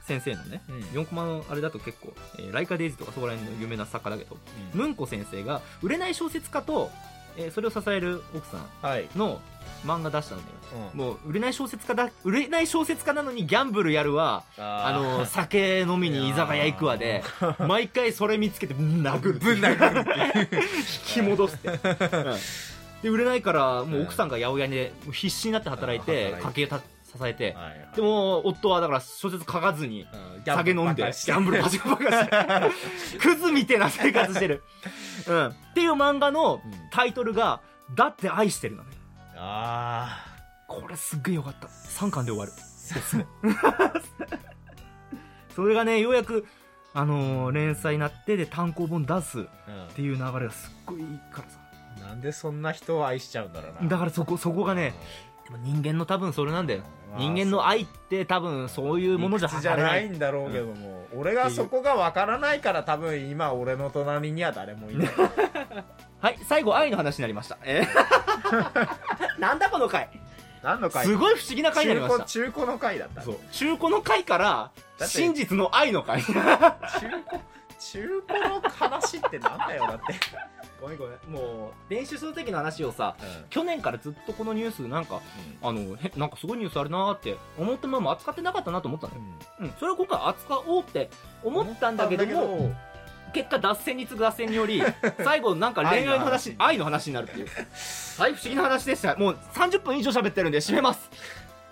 Speaker 1: 先生のね
Speaker 2: うん
Speaker 1: 4コマのあれだと結構「えーライカ・デイズ」とかそこら辺の有名な作家だけどムンコ先生が売れない小説家とえーそれを支える奥さん
Speaker 2: はい、
Speaker 1: の漫画出したんだよ
Speaker 2: うん
Speaker 1: もう売れない小説家だ売れない小説家なのにギャンブルやるわあ
Speaker 2: [laughs] あ
Speaker 1: [laughs] の酒飲みに居酒屋行くわで毎回それ見
Speaker 2: [laughs]
Speaker 1: つけてうん殴る
Speaker 2: ぶん殴るっていう
Speaker 1: 引き戻
Speaker 2: [laughs]
Speaker 1: すって、うんで売れないからもう奥さんが八百屋でもう必死になって働いて
Speaker 2: うん
Speaker 1: 家計た支えて
Speaker 2: [laughs] はいはい
Speaker 1: でも夫はだから小説書かずに
Speaker 2: うん
Speaker 1: 酒飲んでギャンブルバ
Speaker 2: ばっかりして
Speaker 1: チバカ
Speaker 2: [laughs]
Speaker 1: してクズみてえな生活してる、うん、っていう漫画のタイトルが「だって愛してる」なのよ
Speaker 2: あ
Speaker 1: これすっげえよかった3巻で終わる
Speaker 2: あ。
Speaker 1: それがねようやく、あのー連載になってで単行本出すっていう流れがすっごいいいからさ
Speaker 2: なんでそんな人を愛しちゃうんだろうな。
Speaker 1: だからそこそこがねでも人間の多分それなんだよ人間の愛って多分そういうものじゃ
Speaker 2: 理屈じゃないんだろうけども、俺がそこがわからないから多分今俺の隣には誰もいない。
Speaker 1: はい最後愛の話になりましたえ
Speaker 2: [laughs]
Speaker 1: ーなんだこの回
Speaker 2: 何の回
Speaker 1: すごい不思議な回になり
Speaker 2: 中
Speaker 1: まし
Speaker 2: 古
Speaker 1: た
Speaker 2: 中古の回だった。
Speaker 1: そ
Speaker 2: 中
Speaker 1: う中古の回から
Speaker 2: だって
Speaker 1: 真実の愛の回
Speaker 2: 古中古の話ってなんだよだって。
Speaker 1: ごめんごめんもう [laughs] 練習する時の話をさ去年からずっとこのニュースなんかあのへなんかすごいニュースあるなーって思ったまま扱ってなかったなと思ったのようん、それを今回扱おうって思ったんだけども
Speaker 2: 思ったんだ
Speaker 1: 結果脱線に次ぐ脱線によ [laughs] り最後なんか恋愛の話愛の話になるっていうはい不思議な話でしたもう30分以上喋ってるんで締めます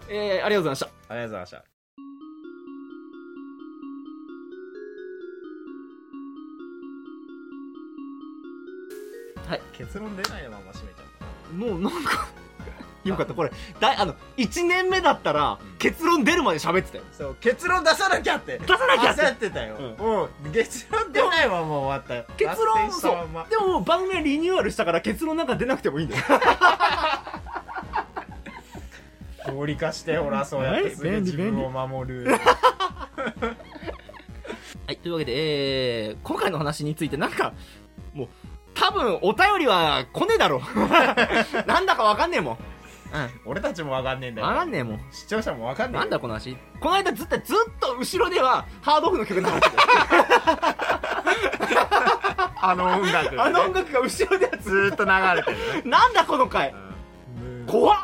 Speaker 1: えー、ありがとうございました
Speaker 2: けどありがとうございました。
Speaker 1: はい
Speaker 2: 結論出ないまま締めちゃった。
Speaker 1: もうなんかよかったこれだいあの1年目だったら結論出るまで喋ってたよ
Speaker 2: そう結論出さなきゃって
Speaker 1: 出さなきゃって
Speaker 2: 焦ってたよ、
Speaker 1: う
Speaker 2: うん、結論出ないまま終わったよ
Speaker 1: 結
Speaker 2: 脱
Speaker 1: 論
Speaker 2: 線し
Speaker 1: そう
Speaker 2: たまんま
Speaker 1: でももう番組はリニューアルしたから結論なんか出なくてもいいんだよ
Speaker 5: 合理化してほらそうやってすぐ自分を守る
Speaker 1: [laughs] はい、というわけで、えー、今回の話についてなんか、もう、多分お便りは来ねえだろ。 [laughs] なんだかわかんねえもん。
Speaker 5: 俺たちも分かんねえんだ
Speaker 1: わかん
Speaker 5: よ
Speaker 1: ねえもん。
Speaker 5: 視聴者も分かんねえ
Speaker 1: [laughs] なんだこの話この間ずっと、ずっと後ろではハードオフの曲流れて
Speaker 2: あの音楽、ね、
Speaker 1: る。あの音楽が後ろでは
Speaker 2: ず
Speaker 1: ず
Speaker 2: ーっと流れてるね、
Speaker 1: なんだこの回
Speaker 5: うん
Speaker 1: 怖っ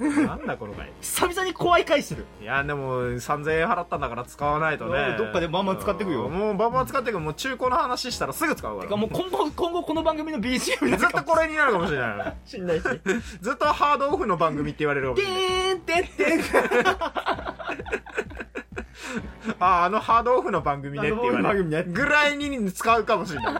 Speaker 5: なんだこの回。
Speaker 1: 久々に怖い回してる。
Speaker 2: いやでも3000円払ったんだから使わないとね
Speaker 1: うんどっかでバンバン使ってくよ
Speaker 2: うんもうバンバン使ってくよもう中古の話したらすぐ使うか
Speaker 1: て
Speaker 2: ら
Speaker 1: かもう今後、 [laughs] 今後この番組の BGM にな
Speaker 2: ず
Speaker 1: [laughs] る
Speaker 2: っと
Speaker 1: か
Speaker 2: これになるかもしれないね
Speaker 1: もしんないし。
Speaker 2: ずっとハードオフの番組って言われるかも
Speaker 1: で
Speaker 2: しれない
Speaker 1: ーんてってん。
Speaker 2: あああのハードオフの番組ねって言われるぐらいに使うかもしれ
Speaker 1: [laughs]
Speaker 2: ない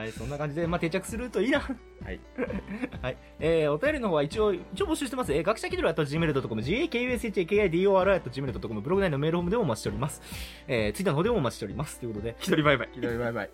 Speaker 1: はい、そんな感じで、まあ、定着するといいな。はい [laughs] はい。えー、お便りの方は一応、一応募集してます。えー、学者気取り .gmail.com、gakushakidor.gmail.com、ブログ内のメールホームでもお待ちしております。えー、ツイッターの方でもお待ちしております。ということで、気取りバイバイ。
Speaker 5: ひどいバイバイ